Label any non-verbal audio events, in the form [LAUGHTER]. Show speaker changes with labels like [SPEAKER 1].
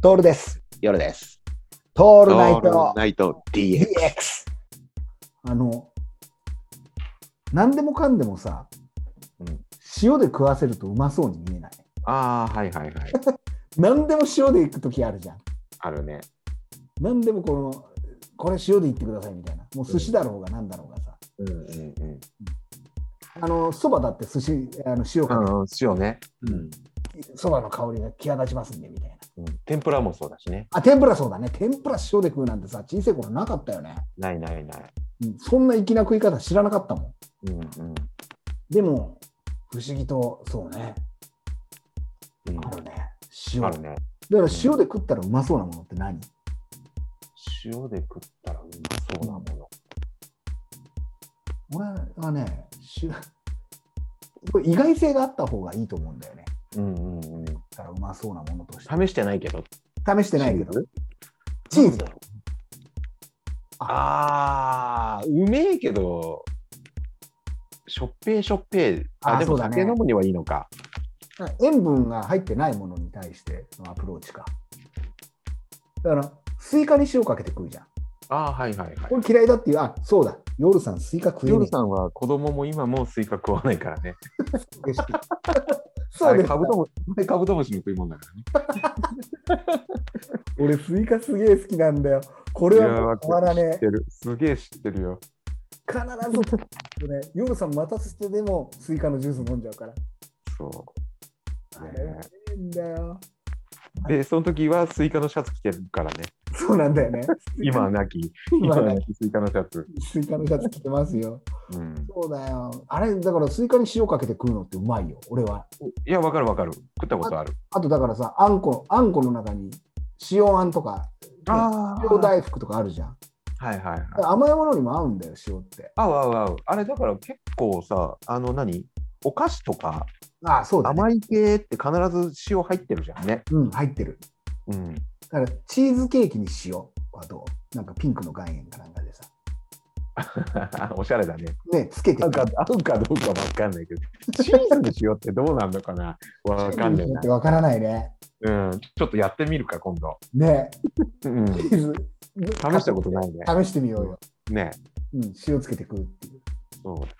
[SPEAKER 1] トールです。
[SPEAKER 2] 夜です。
[SPEAKER 1] ト
[SPEAKER 2] オ
[SPEAKER 1] ールナイト
[SPEAKER 2] ナイト DX。
[SPEAKER 1] DX。あの、何でもかんでもさ、
[SPEAKER 2] うん
[SPEAKER 1] 塩で食わせるとうまそうに見えない。
[SPEAKER 2] ああ、はいはい [LAUGHS] はい。
[SPEAKER 1] 何でも塩でいくときあるじゃん。
[SPEAKER 2] あるね。
[SPEAKER 1] 何でもこの、これ塩でいってくださいみたいな。もう寿司だろうが何だろうがさ。
[SPEAKER 2] うんうんうん。
[SPEAKER 1] あの、そばだって寿司、あの塩か
[SPEAKER 2] うん、塩ね。うん。
[SPEAKER 1] けて、そばの香りが際立ちますんでみたいな。
[SPEAKER 2] 天ぷらもそうだしね。
[SPEAKER 1] あ、天ぷらそうだね。天ぷら塩で食うなんてさ、小さい頃なかったよね。
[SPEAKER 2] ないないない。
[SPEAKER 1] うん、そんな粋な食い方知らなかったもん。
[SPEAKER 2] うんうん。
[SPEAKER 1] でも、不思議と、そうね。
[SPEAKER 2] うん
[SPEAKER 1] あるね。塩。
[SPEAKER 2] あるね。
[SPEAKER 1] だから塩で食ったらうまそうなものって何
[SPEAKER 2] 塩で食ったらうまそうなもの。
[SPEAKER 1] 俺はね、塩これ意外性があった方がいいと思うんだよね。
[SPEAKER 2] うんうんう
[SPEAKER 1] だからうまそうなものとして。
[SPEAKER 2] ん。試してないけど。
[SPEAKER 1] 試してないけど。チ
[SPEAKER 2] チ
[SPEAKER 1] ー
[SPEAKER 2] ー
[SPEAKER 1] ズ
[SPEAKER 2] ズ。ああ、うめえけど、しょっぺいしょっぺい。
[SPEAKER 1] あ
[SPEAKER 2] あ、
[SPEAKER 1] ー
[SPEAKER 2] で
[SPEAKER 1] そ
[SPEAKER 2] も
[SPEAKER 1] うだね
[SPEAKER 2] 酒飲むにはいいのか。
[SPEAKER 1] 塩分が入ってないものに対してのアプローチか。だから、スイカに塩かけて食うじゃん。
[SPEAKER 2] ああ、はいはいはい
[SPEAKER 1] こ。れ嫌いだっていう、あ、そうだ。夜さん、スイカ食え
[SPEAKER 2] 夜
[SPEAKER 1] ね
[SPEAKER 2] さんは子供も今もうスイカ食わないからね。
[SPEAKER 1] え。 [LAUGHS] そうです
[SPEAKER 2] カブトムシ、カブトムシの食い物だからね。
[SPEAKER 1] 俺、スイカすげえ好きなんだよ。これはもう変わら
[SPEAKER 2] 知
[SPEAKER 1] ね
[SPEAKER 2] っ
[SPEAKER 1] え
[SPEAKER 2] て。る。すげえ知ってるよ。
[SPEAKER 1] 必ず、ね、夜さん待たせてでもスイカのジュース飲んじゃうから。
[SPEAKER 2] そう。ね
[SPEAKER 1] いいんだよ。
[SPEAKER 2] で、その時はスイカのシャツ着てるからね。
[SPEAKER 1] そうなんだよね。
[SPEAKER 2] 今はなき、今
[SPEAKER 1] 今
[SPEAKER 2] は
[SPEAKER 1] ね
[SPEAKER 2] なきスイカのシャツ。
[SPEAKER 1] スイカのシャツ着てますよ。
[SPEAKER 2] うん、
[SPEAKER 1] そうだよ。あれ、だからスイカに塩かけて食うのってうまいよ、俺は。
[SPEAKER 2] いや、わかるわかる。食ったことある。
[SPEAKER 1] あとだからさ、あんこ、あんこの中に塩あんとか、
[SPEAKER 2] ああ
[SPEAKER 1] 塩
[SPEAKER 2] ー。
[SPEAKER 1] 大福とかあるじゃん。
[SPEAKER 2] はいはいはい。
[SPEAKER 1] 甘いものにも合うんだよ、塩って。
[SPEAKER 2] 合う合う合う。あれだから結構さ、あの何お菓子とか
[SPEAKER 1] ああ、そうだ、ね。
[SPEAKER 2] 甘い系って必ず塩入ってるじゃんね。
[SPEAKER 1] うん、入ってる。
[SPEAKER 2] うん。 [LAUGHS]
[SPEAKER 1] だからチーズケーキに塩はどうなんかピンクの岩塩かなんかでさ。
[SPEAKER 2] おしゃれだね。
[SPEAKER 1] ね、つけて
[SPEAKER 2] 合うか合うかどうかわかんないけど、チーズに塩ってどうなんのかなわかんないな
[SPEAKER 1] っ。てわからないね。
[SPEAKER 2] うん、ちょっとやってみるか、今度。
[SPEAKER 1] ね、
[SPEAKER 2] うん、試
[SPEAKER 1] チーズ。
[SPEAKER 2] したことないね。
[SPEAKER 1] 試してみようよ。
[SPEAKER 2] ね
[SPEAKER 1] うん、塩つけて食うっていう。
[SPEAKER 2] そうだね。